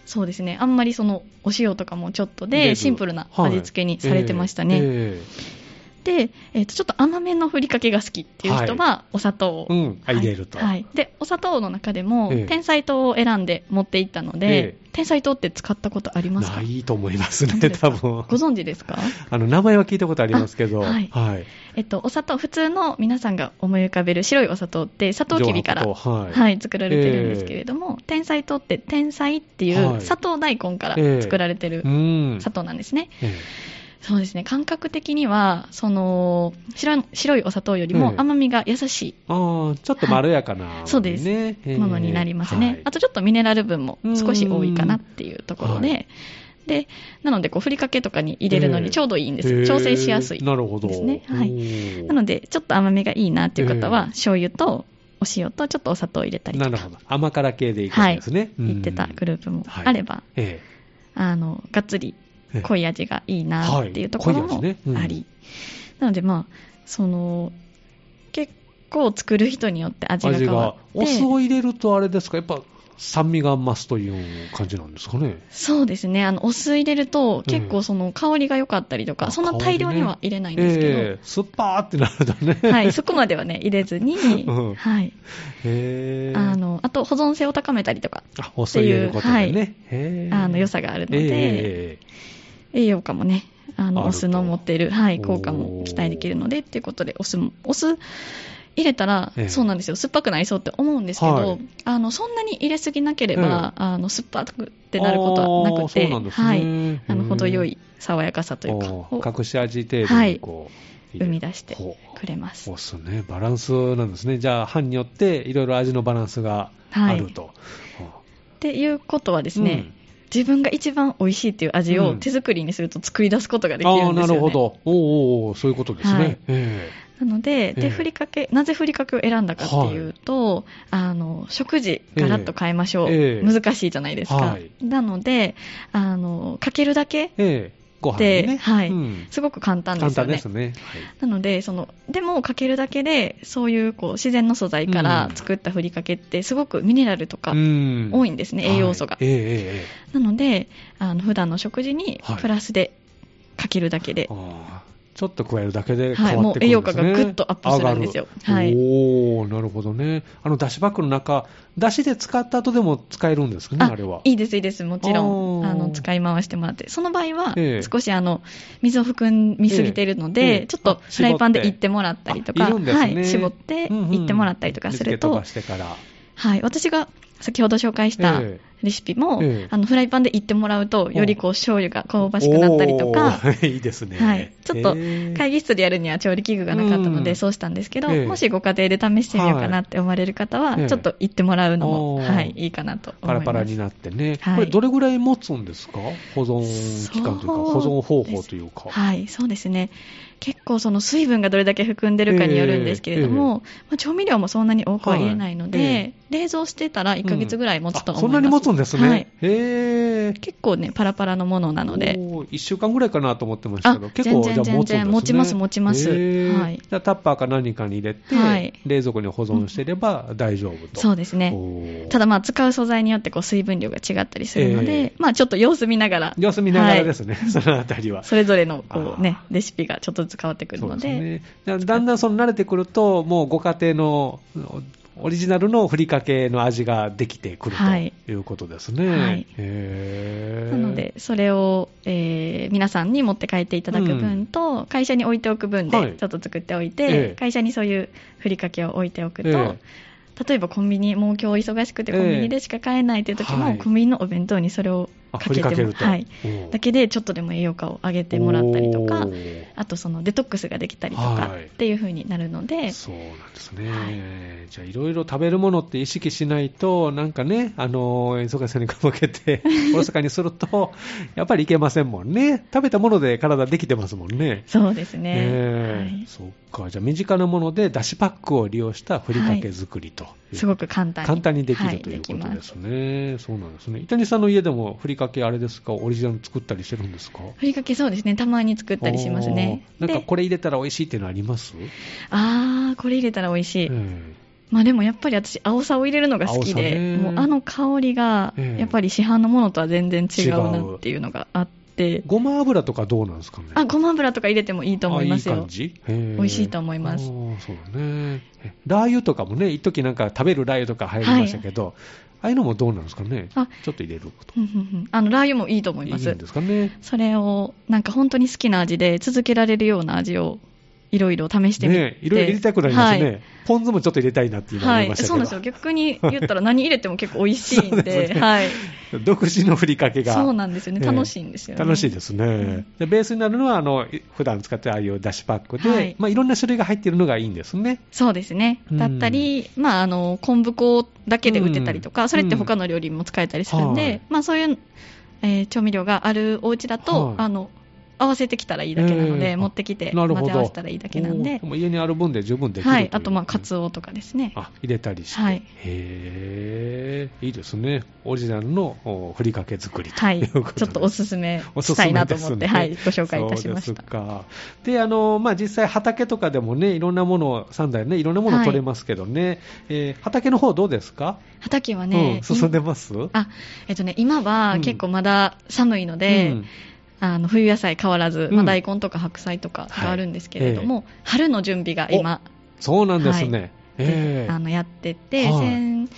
Speaker 2: そうですねあんまりそのお塩とかもちょっと
Speaker 1: 入れ
Speaker 2: で
Speaker 1: ず
Speaker 2: シンプルな味付けにされてましたね、
Speaker 1: はいえ
Speaker 2: で、えーとちょっと甘めのふりかけが好きっていう人はお砂糖を、
Speaker 1: えうん、あ
Speaker 2: はい
Speaker 1: 入れると。
Speaker 2: はい、でお砂糖の中でも、
Speaker 1: ええ
Speaker 2: 天才糖を選んで持っていったので、
Speaker 1: え
Speaker 2: 天才糖って使ったことありますか
Speaker 1: ないと思います
Speaker 2: 本
Speaker 1: ね、
Speaker 2: 当です
Speaker 1: 多
Speaker 2: か
Speaker 1: 分
Speaker 2: ご存知です か
Speaker 1: あの名前は聞いたことありますけど、
Speaker 2: あはい
Speaker 1: はい、
Speaker 2: えっとお砂糖普通の皆さんが思い浮かべる白いお砂糖って砂糖きびから
Speaker 1: 上白糖はい
Speaker 2: はい、作られてるんですけれども、天才糖って天才ってい
Speaker 1: はいう
Speaker 2: 砂糖大根から
Speaker 1: ええ
Speaker 2: 作られてる
Speaker 1: うん
Speaker 2: 砂糖なんですね、
Speaker 1: え
Speaker 2: そうですね感覚的にはその白い白いお砂糖より
Speaker 1: え
Speaker 2: も
Speaker 1: え
Speaker 2: 甘みが優しい
Speaker 1: えああちょっとまろやかな、ね
Speaker 2: そうです
Speaker 1: ええ
Speaker 2: ものになりますね、
Speaker 1: はい
Speaker 2: あとちょっとミネラル分も少し多いかなっていうところで、
Speaker 1: うんは
Speaker 2: でなのでこうふりかけとかに入れるのにちょうどいいんです、
Speaker 1: へえ
Speaker 2: 調整しやすい
Speaker 1: なるほど
Speaker 2: ですねはいな
Speaker 1: の
Speaker 2: のでちょっと甘めがいいなっていう方は、
Speaker 1: ええ
Speaker 2: 醤油とお塩とちょっとお砂糖を入れたり
Speaker 1: な
Speaker 2: と
Speaker 1: る
Speaker 2: か
Speaker 1: ほど甘辛系でいくんですね、うん
Speaker 2: 言ってたグループもあれば、
Speaker 1: え
Speaker 2: あのがっつり
Speaker 1: えええ
Speaker 2: 濃い味がいいなっていうとこ
Speaker 1: は
Speaker 2: ろ
Speaker 1: い
Speaker 2: もあ
Speaker 1: 濃い
Speaker 2: り、
Speaker 1: 味ねうん
Speaker 2: なのでまあその結構作る人によって味が
Speaker 1: 味
Speaker 2: 変わ
Speaker 1: が
Speaker 2: って
Speaker 1: お酢を入れるとあれですかやっぱ酸味が増すという感じなんですかね
Speaker 2: そうですねあのお酢入れると
Speaker 1: ええ
Speaker 2: 結構その香りが良かったりとか、
Speaker 1: あ
Speaker 2: そんな大量には入れないんですけど、
Speaker 1: ええ酸っぱーってなるとね、
Speaker 2: はい、そこまでは ね入れずに、
Speaker 1: うん
Speaker 2: はい、
Speaker 1: へー
Speaker 2: あのあと保存性を高めたりとか
Speaker 1: あお酢入れることでね、へー
Speaker 2: あの良さがあるので、
Speaker 1: ええ
Speaker 2: 栄養価もねあ
Speaker 1: あ
Speaker 2: の
Speaker 1: ると
Speaker 2: お酢の持っている、はい、
Speaker 1: おー
Speaker 2: 効果も期待できるのでっていうことでお酢もお酢入れたら、
Speaker 1: ええ
Speaker 2: そうなんですよ酸っぱくなりそうって思うんですけど、
Speaker 1: はい
Speaker 2: あのそんなに入れすぎなければ、あの酸っぱくってなることはなく
Speaker 1: あー
Speaker 2: て
Speaker 1: そうなんですね。
Speaker 2: はい、あの
Speaker 1: うん
Speaker 2: 程よい爽やかさというか
Speaker 1: お
Speaker 2: を
Speaker 1: ー隠し味程度
Speaker 2: は
Speaker 1: に
Speaker 2: い
Speaker 1: こう、
Speaker 2: 生み出して
Speaker 1: ほう
Speaker 2: くれます
Speaker 1: そうっすね、バランスなんですね、じゃあ、班によっていろいろ味のバランスがあると。は
Speaker 2: っていうことはで
Speaker 1: です
Speaker 2: ね、自分が一番美味しいっていう味
Speaker 1: う
Speaker 2: を
Speaker 1: ん
Speaker 2: 手作りにすると作り出すことができ
Speaker 1: あ
Speaker 2: る
Speaker 1: あー、
Speaker 2: んで
Speaker 1: な
Speaker 2: すよ、ね
Speaker 1: るほど、おーおーおーそういうことですね。
Speaker 2: はい
Speaker 1: え
Speaker 2: なので
Speaker 1: ええ
Speaker 2: でふりかけなぜふりかけを選んだかっていうと、あの食事ガラッと変えましょう、
Speaker 1: ええ
Speaker 2: 難しいじゃないですか、
Speaker 1: はい
Speaker 2: なのであのかけるだけ
Speaker 1: えええご飯にね、
Speaker 2: ではい
Speaker 1: うん
Speaker 2: すごく簡単で
Speaker 1: 簡
Speaker 2: すよ
Speaker 1: 単で
Speaker 2: ね
Speaker 1: すね。
Speaker 2: なのでそのでもかけるだけでそういうこう自然の素材から
Speaker 1: うん
Speaker 2: 作ったふりかけってすごくミネラルとか多
Speaker 1: 多
Speaker 2: いんですね、栄養素が、
Speaker 1: えええええ
Speaker 2: なのであの普段の食事に
Speaker 1: はい
Speaker 2: プラスでかけるだけで
Speaker 1: え、あーちょっと加えるだけで変
Speaker 2: はい、
Speaker 1: わ
Speaker 2: も
Speaker 1: って
Speaker 2: う
Speaker 1: く
Speaker 2: 栄
Speaker 1: る
Speaker 2: 養
Speaker 1: んで
Speaker 2: 価
Speaker 1: す
Speaker 2: が
Speaker 1: ね。
Speaker 2: ぐっとアップするんです
Speaker 1: 上が
Speaker 2: よ。はい、
Speaker 1: おーなるほどね。あの、だしバッグの中、だしで使った後でも使えるんですかね、あれは。
Speaker 2: いいです、いいです、もちろん、
Speaker 1: あー
Speaker 2: あの使い回してもらって、その場合は、
Speaker 1: ええ
Speaker 2: 少しあの水を含みすぎているので、
Speaker 1: ええええ
Speaker 2: ちょっと
Speaker 1: あ
Speaker 2: フライパンで
Speaker 1: 絞
Speaker 2: い
Speaker 1: って
Speaker 2: ってもらったりと
Speaker 1: あ
Speaker 2: か、
Speaker 1: いるんですね
Speaker 2: はい、絞って
Speaker 1: うんうん
Speaker 2: いってもらったりとかす
Speaker 1: 水
Speaker 2: ると、
Speaker 1: 気飛ばしてから。
Speaker 2: はい、私が先ほど紹介した
Speaker 1: え
Speaker 2: レシピも、
Speaker 1: ええ
Speaker 2: あのフライパンでいってもらうと、よりこう醤油が香ばしくなったりとか。
Speaker 1: おー いいですね。
Speaker 2: はいちょっと
Speaker 1: えー
Speaker 2: 会議室でやるには調理器具がなかったの
Speaker 1: うん
Speaker 2: で、そうしたんですけど、
Speaker 1: ええ
Speaker 2: もしご家庭で試してみようかなって思われる方は、
Speaker 1: はいええ
Speaker 2: ちょっと行ってもらうのも、
Speaker 1: おー
Speaker 2: はい、いいかなと思
Speaker 1: パ
Speaker 2: い
Speaker 1: ラ
Speaker 2: ます。
Speaker 1: パラになってね、
Speaker 2: はい
Speaker 1: これ、どれぐらい持つんですか、保存期間というか、保存方法というか、
Speaker 2: はい、そうですね。結構その水分がどれだけ含んでるかによるんですけれども、まあ、調味料もそんなに多くは入れないので、
Speaker 1: はい
Speaker 2: 冷蔵してたら1ヶ月ぐらい持つと
Speaker 1: あそ
Speaker 2: 思います。
Speaker 1: んなに持つんですね、
Speaker 2: はい、
Speaker 1: へえ
Speaker 2: 結構ね、パラパラのものなので、
Speaker 1: 1週間ぐらいかなと思ってましたけど、
Speaker 2: あ
Speaker 1: 結構、じゃあ
Speaker 2: 全然
Speaker 1: 持つんですね、
Speaker 2: 全然持ちます持ちます
Speaker 1: へー
Speaker 2: はい
Speaker 1: じゃあ、タッパーか何かに入れて、
Speaker 2: はい
Speaker 1: 冷蔵庫に保存していれば大丈夫と。
Speaker 2: そうですね。
Speaker 1: ね
Speaker 2: た
Speaker 1: だ
Speaker 2: だまあ使う素材によってこう水分量が違ったりするので、
Speaker 1: ええ
Speaker 2: まあちょっと様子見ながら、
Speaker 1: 様子見ながらですすね、そのあたりは。
Speaker 2: それぞれのこうね
Speaker 1: あ、
Speaker 2: レシピがちょっとずつ変わってくる
Speaker 1: そう
Speaker 2: の
Speaker 1: です
Speaker 2: で、
Speaker 1: ね、だだんだんその慣れてくると、もうご家庭のおオリジナルのふりかけの味ができてくる
Speaker 2: はい
Speaker 1: ということですね。
Speaker 2: はい
Speaker 1: へー
Speaker 2: なので、それを、えー皆さんに持って帰っていただく分と、会社に置いておく分
Speaker 1: はい
Speaker 2: で、ちょっと作っておいて、
Speaker 1: ええ
Speaker 2: 会社にそういうふりかけを置いておくと、
Speaker 1: え
Speaker 2: 例えばコンビニ、もう今日忙しくて
Speaker 1: ええ
Speaker 2: コンビニでしか買えないという時も、
Speaker 1: はい
Speaker 2: コンビニのお弁当にそれを
Speaker 1: あ
Speaker 2: か
Speaker 1: ふ
Speaker 2: け
Speaker 1: りかけ
Speaker 2: て
Speaker 1: る
Speaker 2: も、
Speaker 1: と。
Speaker 2: はい、
Speaker 1: うん
Speaker 2: だけでちょっとでも栄養価を上げてもらったりとか
Speaker 1: お、ー
Speaker 2: あとそのデトックスができたりとか
Speaker 1: はい
Speaker 2: っていう風になるので、
Speaker 1: そうなんですね、
Speaker 2: は
Speaker 1: じゃあ、いろいろ食べるものって意識しないと、なんかね、あの忙しさにかまけ て、おろそかにすると、やっぱりいけませんもんね、食べたもので体できてますもんね。
Speaker 2: そうです
Speaker 1: ね
Speaker 2: ね。
Speaker 1: え
Speaker 2: はい
Speaker 1: そっか、じゃあ、身近なもので、だしパックを利用したふりかけ作りという、
Speaker 2: すごく簡単に
Speaker 1: 簡単にでき
Speaker 2: は
Speaker 1: るという
Speaker 2: き
Speaker 1: こ
Speaker 2: ま
Speaker 1: とで
Speaker 2: す
Speaker 1: すね、そうなんですね、伊谷さんの家でもふりかけ、あれですか、オリジナル作ったりしてるんですか
Speaker 2: ふりかけそうですねたまに作ったりしますね
Speaker 1: おーなん
Speaker 2: で
Speaker 1: かこれ入れたら美味しいっていうのあります、
Speaker 2: あーこれ入れたら美味しい、
Speaker 1: うん
Speaker 2: まあでもやっぱり私青さを入れるのが好き
Speaker 1: 青さね
Speaker 2: でもうあの香りが
Speaker 1: ええ
Speaker 2: やっぱり市販のものとは全然違う
Speaker 1: 違
Speaker 2: な
Speaker 1: う
Speaker 2: っていうのがあって
Speaker 1: ごま油とかどうなんですかね
Speaker 2: あごま油とか入れてもいいと思います
Speaker 1: あいい
Speaker 2: よ
Speaker 1: 感じ美
Speaker 2: 美味しいと思います
Speaker 1: そうだね。えラー油とかもね、一時なんか食べるラー油とか流行りましたけど、ああいうのもどうなんですかね。
Speaker 2: あ
Speaker 1: ちょっと入れること。
Speaker 2: うんうんうんあのラー油もいいと思い
Speaker 1: いい
Speaker 2: ます
Speaker 1: んですかね。
Speaker 2: それをなんか本当に好きな味で続けられるような味をいろいろ試してみて、
Speaker 1: ねいろいろ入れたくなりますね、
Speaker 2: はい
Speaker 1: ポン酢もちょっと入れたいなって今
Speaker 2: は
Speaker 1: 思い
Speaker 2: い
Speaker 1: ましたけ
Speaker 2: そ
Speaker 1: ど、
Speaker 2: うなんですよ逆に言ったら何入れても結構美味しいん
Speaker 1: そう
Speaker 2: で
Speaker 1: ですね
Speaker 2: はい、
Speaker 1: 独自のふりかけが
Speaker 2: そうなんですよね
Speaker 1: ええ
Speaker 2: 楽しいんですよね、
Speaker 1: 楽しいですね、
Speaker 2: ん
Speaker 1: でベースになるのはあのい普段使ってるああいうだしパックで、
Speaker 2: はいい
Speaker 1: まあ、いろんな種類が入っているのがいいんですね。
Speaker 2: そうですね。
Speaker 1: うん
Speaker 2: だったり、まあ、あの、昆布粉だけで打てたりとか、
Speaker 1: うん
Speaker 2: それって他の料理にも使えたりするんで、
Speaker 1: はい
Speaker 2: まあ、そういう、えー調味料があるお家だと、
Speaker 1: はい
Speaker 2: あの、合わせてきたらいいだけなので、
Speaker 1: えー
Speaker 2: 持ってきて
Speaker 1: なる
Speaker 2: 混
Speaker 1: ほど
Speaker 2: ぜ合わせたらいいだけなん
Speaker 1: おー
Speaker 2: で、
Speaker 1: も家にある分で十分できる
Speaker 2: は
Speaker 1: とい
Speaker 2: い。
Speaker 1: う
Speaker 2: あと、まあ、カツオとかですね。
Speaker 1: あ入れたりして、
Speaker 2: はい
Speaker 1: へーいいですね、オリジナルのおふりかけ作りと
Speaker 2: は いい。
Speaker 1: うことです
Speaker 2: ちょっとおすすめ
Speaker 1: おすす
Speaker 2: し
Speaker 1: め
Speaker 2: たいなと思って、
Speaker 1: ですね
Speaker 2: はい。ご紹介いたしま
Speaker 1: そ
Speaker 2: し
Speaker 1: うで
Speaker 2: た
Speaker 1: す。かであの、まあ、実際、畑とかでもね、いろんなものを、3台ね、いろんなもの
Speaker 2: はい
Speaker 1: 取れますけどね、えー畑の方どうですか、
Speaker 2: 畑はね、
Speaker 1: うん、進んでます
Speaker 2: あ、えっとね、今は結構まだ寒いので、
Speaker 1: うん
Speaker 2: あの冬野菜変わらず、
Speaker 1: うん
Speaker 2: まあ、大根とか白菜とかがあるんですけれども、春の準備が今、
Speaker 1: そうなんですね、ええ
Speaker 2: あのやってて、
Speaker 1: はい
Speaker 2: 先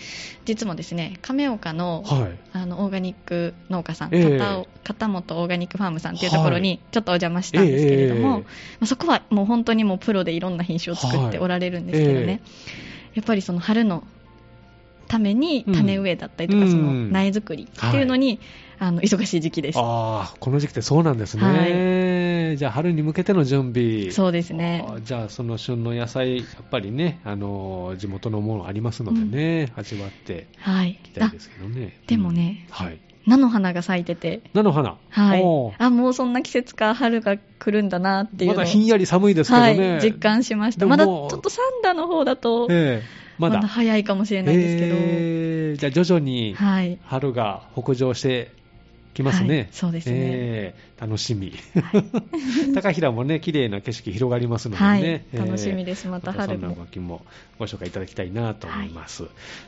Speaker 2: 日もですね亀岡の,、
Speaker 1: はい。
Speaker 2: あのオーガニック農家さん、
Speaker 1: ええ
Speaker 2: 片尾片本オーガニックファームさんっていうところにちょっとお邪魔したんですけれども、
Speaker 1: ええ
Speaker 2: まあ、そこはもう本当にもうプロでいろんな品種を作っておられるんですけどね、
Speaker 1: はいえ
Speaker 2: やっぱりその春のために
Speaker 1: うん
Speaker 2: 種植えだったりとか、
Speaker 1: うん
Speaker 2: その苗作りっていうのに、あの忙しい時期です。
Speaker 1: ああ、この時期ってそうなんですね。じゃあ、春に向けての準備。
Speaker 2: そうですね
Speaker 1: あーじゃあ、その旬の野菜、やっぱりね、あのー地元のものありますのでね、味わって
Speaker 2: はい
Speaker 1: いき、たい
Speaker 2: あ
Speaker 1: ですけどね。
Speaker 2: でもね
Speaker 1: うんはい。
Speaker 2: 菜の花が咲いてて、
Speaker 1: 菜の花。
Speaker 2: はい
Speaker 1: おー、
Speaker 2: あもうそんな季節か春が来るんだなっていう
Speaker 1: ま
Speaker 2: のを
Speaker 1: だひんやり寒いですけどね。
Speaker 2: はい、実感しまし
Speaker 1: で
Speaker 2: た、
Speaker 1: も
Speaker 2: まだち
Speaker 1: も
Speaker 2: ょ
Speaker 1: う
Speaker 2: っとサンダの方だと、
Speaker 1: ええま
Speaker 2: ま
Speaker 1: だ。
Speaker 2: だ早いかもしれないですけど、
Speaker 1: えーじゃあ、徐々に
Speaker 2: はい、
Speaker 1: 春が北上してきます
Speaker 2: はい
Speaker 1: ね。
Speaker 2: そうですね
Speaker 1: ええ楽しみ。 高平もね、綺麗な景色広がりますのでね。
Speaker 2: はい
Speaker 1: え、え
Speaker 2: 楽しみです、また春
Speaker 1: そんな
Speaker 2: も。
Speaker 1: 動きもご紹介いただきたいなと思います。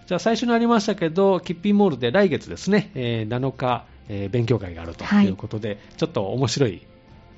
Speaker 1: じゃあ最初にありましたけど、キッピーモールで来月ですね、えー7日、えー勉強会があると
Speaker 2: はい
Speaker 1: いうことで、ちょっと面白い、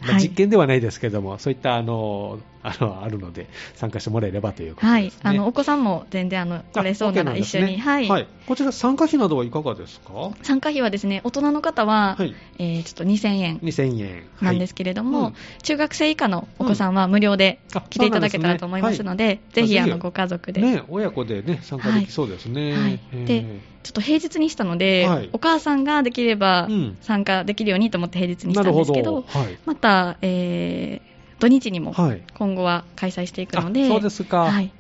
Speaker 1: まあ
Speaker 2: はい
Speaker 1: 実験ではないですけども、そういったあのあのあるので参加してもらえればということ
Speaker 2: はい
Speaker 1: ですね。
Speaker 2: あのお子さんも全然あの来れそうなら一緒に、
Speaker 1: あ OK なんですね
Speaker 2: はい
Speaker 1: はい。こちら参加費などはいかがですか？は
Speaker 2: 参加費はですね大人の方は、
Speaker 1: い。
Speaker 2: えーちょっと2000円
Speaker 1: 2000円
Speaker 2: なんですけれども、
Speaker 1: はいうん
Speaker 2: 中学生以下のお子さんは無料で来ていただけたらと思いますの
Speaker 1: で、
Speaker 2: で、ぜひあ
Speaker 1: ぜ
Speaker 2: の
Speaker 1: ひ
Speaker 2: ご家族で、
Speaker 1: ね親子でね参加できそうですね。
Speaker 2: はい
Speaker 1: え
Speaker 2: で
Speaker 1: ー
Speaker 2: ちょっと平日にしたので、
Speaker 1: はい
Speaker 2: お母さんができれば
Speaker 1: うん
Speaker 2: 参加できるようにと思って平日にし
Speaker 1: な
Speaker 2: た
Speaker 1: る
Speaker 2: ん
Speaker 1: ほ
Speaker 2: です
Speaker 1: ど。
Speaker 2: けど、
Speaker 1: はい。
Speaker 2: また、えー土日にも
Speaker 1: はい。
Speaker 2: 今後は開催していくので、
Speaker 1: あそうですか、
Speaker 2: はい、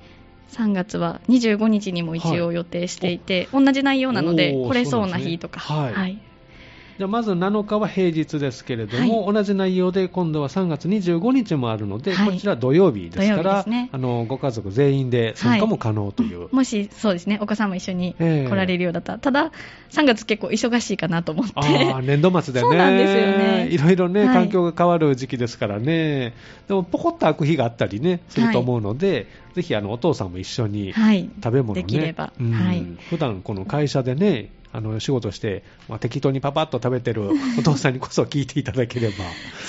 Speaker 2: 3月は25日にも一応予定していて、同じ内容なので、
Speaker 1: おー
Speaker 2: 来れそうな
Speaker 1: そうなんですね
Speaker 2: 日とか、
Speaker 1: はいじゃあまず7日は平日ですけれども、同じ内容で今度は3月25日もあるので、
Speaker 2: はい
Speaker 1: こちら土曜日ですか
Speaker 2: 土曜日
Speaker 1: ら
Speaker 2: ですね
Speaker 1: あのご家族全員で参加も可能という、
Speaker 2: もしそうですね、お子さんも一緒に
Speaker 1: ええ
Speaker 2: 来られるようだったら、ただ、3月結構忙しいかなと思って、
Speaker 1: ああ年度末でね
Speaker 2: そうなんですよね
Speaker 1: いろいろね
Speaker 2: はい
Speaker 1: 環境が変わる時期ですからね、でもポコッと開く日があったりねすると思うので、ぜひあのお父さんも一緒に
Speaker 2: はい、
Speaker 1: 食べ物ね、
Speaker 2: できれば
Speaker 1: うん
Speaker 2: はい
Speaker 1: 普段この会社でね、あの仕事して、まあ、適当にパパッと食べてるお父さんにこそ聞いていただければ、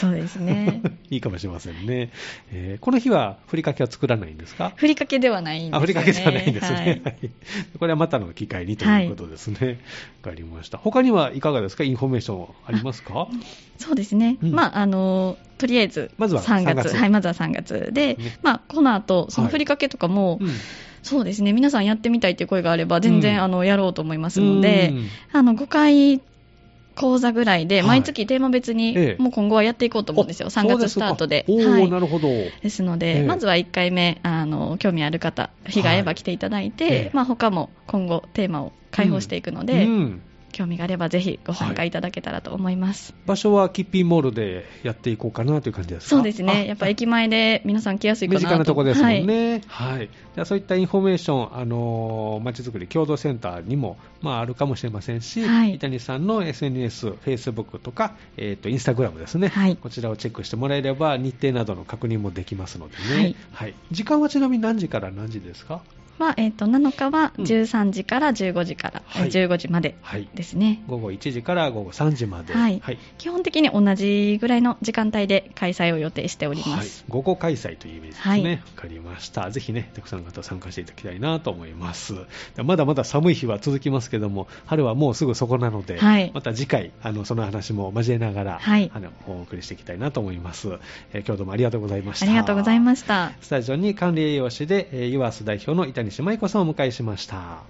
Speaker 2: そうです ね、
Speaker 1: いいかもしれませんね、えーこの日はふりかけは作らないんですか
Speaker 2: ふりかけではないんですよね。
Speaker 1: あふりかけじゃないんです
Speaker 2: は
Speaker 1: ね
Speaker 2: い、
Speaker 1: はいこれはまたの機会にということですね、わ、かりました他にはいかがですかインフォメーションありますか
Speaker 2: そうですね、
Speaker 1: うん
Speaker 2: まああのとりあえず
Speaker 1: まずは
Speaker 2: 3
Speaker 1: 三
Speaker 2: 月
Speaker 1: 月
Speaker 2: はい、まずは3月で、
Speaker 1: ね
Speaker 2: まあ、この後その
Speaker 1: はい
Speaker 2: ふりかけとかも、
Speaker 1: うん
Speaker 2: そうですね、皆さんやってみたいという声があれば、全然、
Speaker 1: うん
Speaker 2: あのやろうと思いますので、
Speaker 1: うん
Speaker 2: あの5回講座ぐらいで、
Speaker 1: はい
Speaker 2: 毎月テーマ別に、
Speaker 1: ええ
Speaker 2: もう今後はやっていこうと思うんですよ、
Speaker 1: お
Speaker 2: 3
Speaker 1: そう
Speaker 2: 月
Speaker 1: で
Speaker 2: ス
Speaker 1: すか
Speaker 2: タートで。
Speaker 1: おー
Speaker 2: はい
Speaker 1: なるほど、
Speaker 2: ですの
Speaker 1: え
Speaker 2: で、
Speaker 1: え
Speaker 2: まずは1回目あの、興味ある方、日が合えば来ていただいて、
Speaker 1: はいええ
Speaker 2: まあ他も今後、テーマを開放していくので、
Speaker 1: うん
Speaker 2: 興味があればぜひご参加いただけたらと思います。
Speaker 1: 場所はキッピーモールでやっていこうかなという感じですか
Speaker 2: そうです
Speaker 1: あ
Speaker 2: ね、やっぱ駅前で皆さん来やすいか
Speaker 1: 身
Speaker 2: なと
Speaker 1: 近なところですもん
Speaker 2: はい
Speaker 1: ね、はいじゃあそういったインフォメーション、あのーまちづくり共同センターにも、まあ、あるかもしれませんし、
Speaker 2: はい
Speaker 1: 伊谷さんの SNS、Facebook とか、えー、と Instagram ですね、
Speaker 2: はい
Speaker 1: こちらをチェックしてもらえれば、日程などの確認もできますのでね、は
Speaker 2: はいい
Speaker 1: 時間はちなみに何時から何時ですか、
Speaker 2: まあえっと7日は
Speaker 1: うん
Speaker 2: 13時から15時から、
Speaker 1: はい
Speaker 2: え15時まで
Speaker 1: はい、
Speaker 2: ですね。
Speaker 1: 午後1時から午後3時まで、
Speaker 2: はい基本的に同じぐらいの時間帯で開催を予定しております。
Speaker 1: はい、午後開催というイメージですね、
Speaker 2: はい
Speaker 1: わかりましたぜひねたくさんの方参加していただきたいなと思いますでまだまだ寒い日は続きますけども春はもうすぐそこなので、
Speaker 2: はい
Speaker 1: また次回あのその話も交えながら、
Speaker 2: はい
Speaker 1: あのお送りしていきたいなと思います、えー今日どうもありがとうございました
Speaker 2: ありがとうござい
Speaker 1: す
Speaker 2: ました。
Speaker 1: スタジオに管理栄養士で、えー、ユアース代表の板西舞子さんをお迎えしました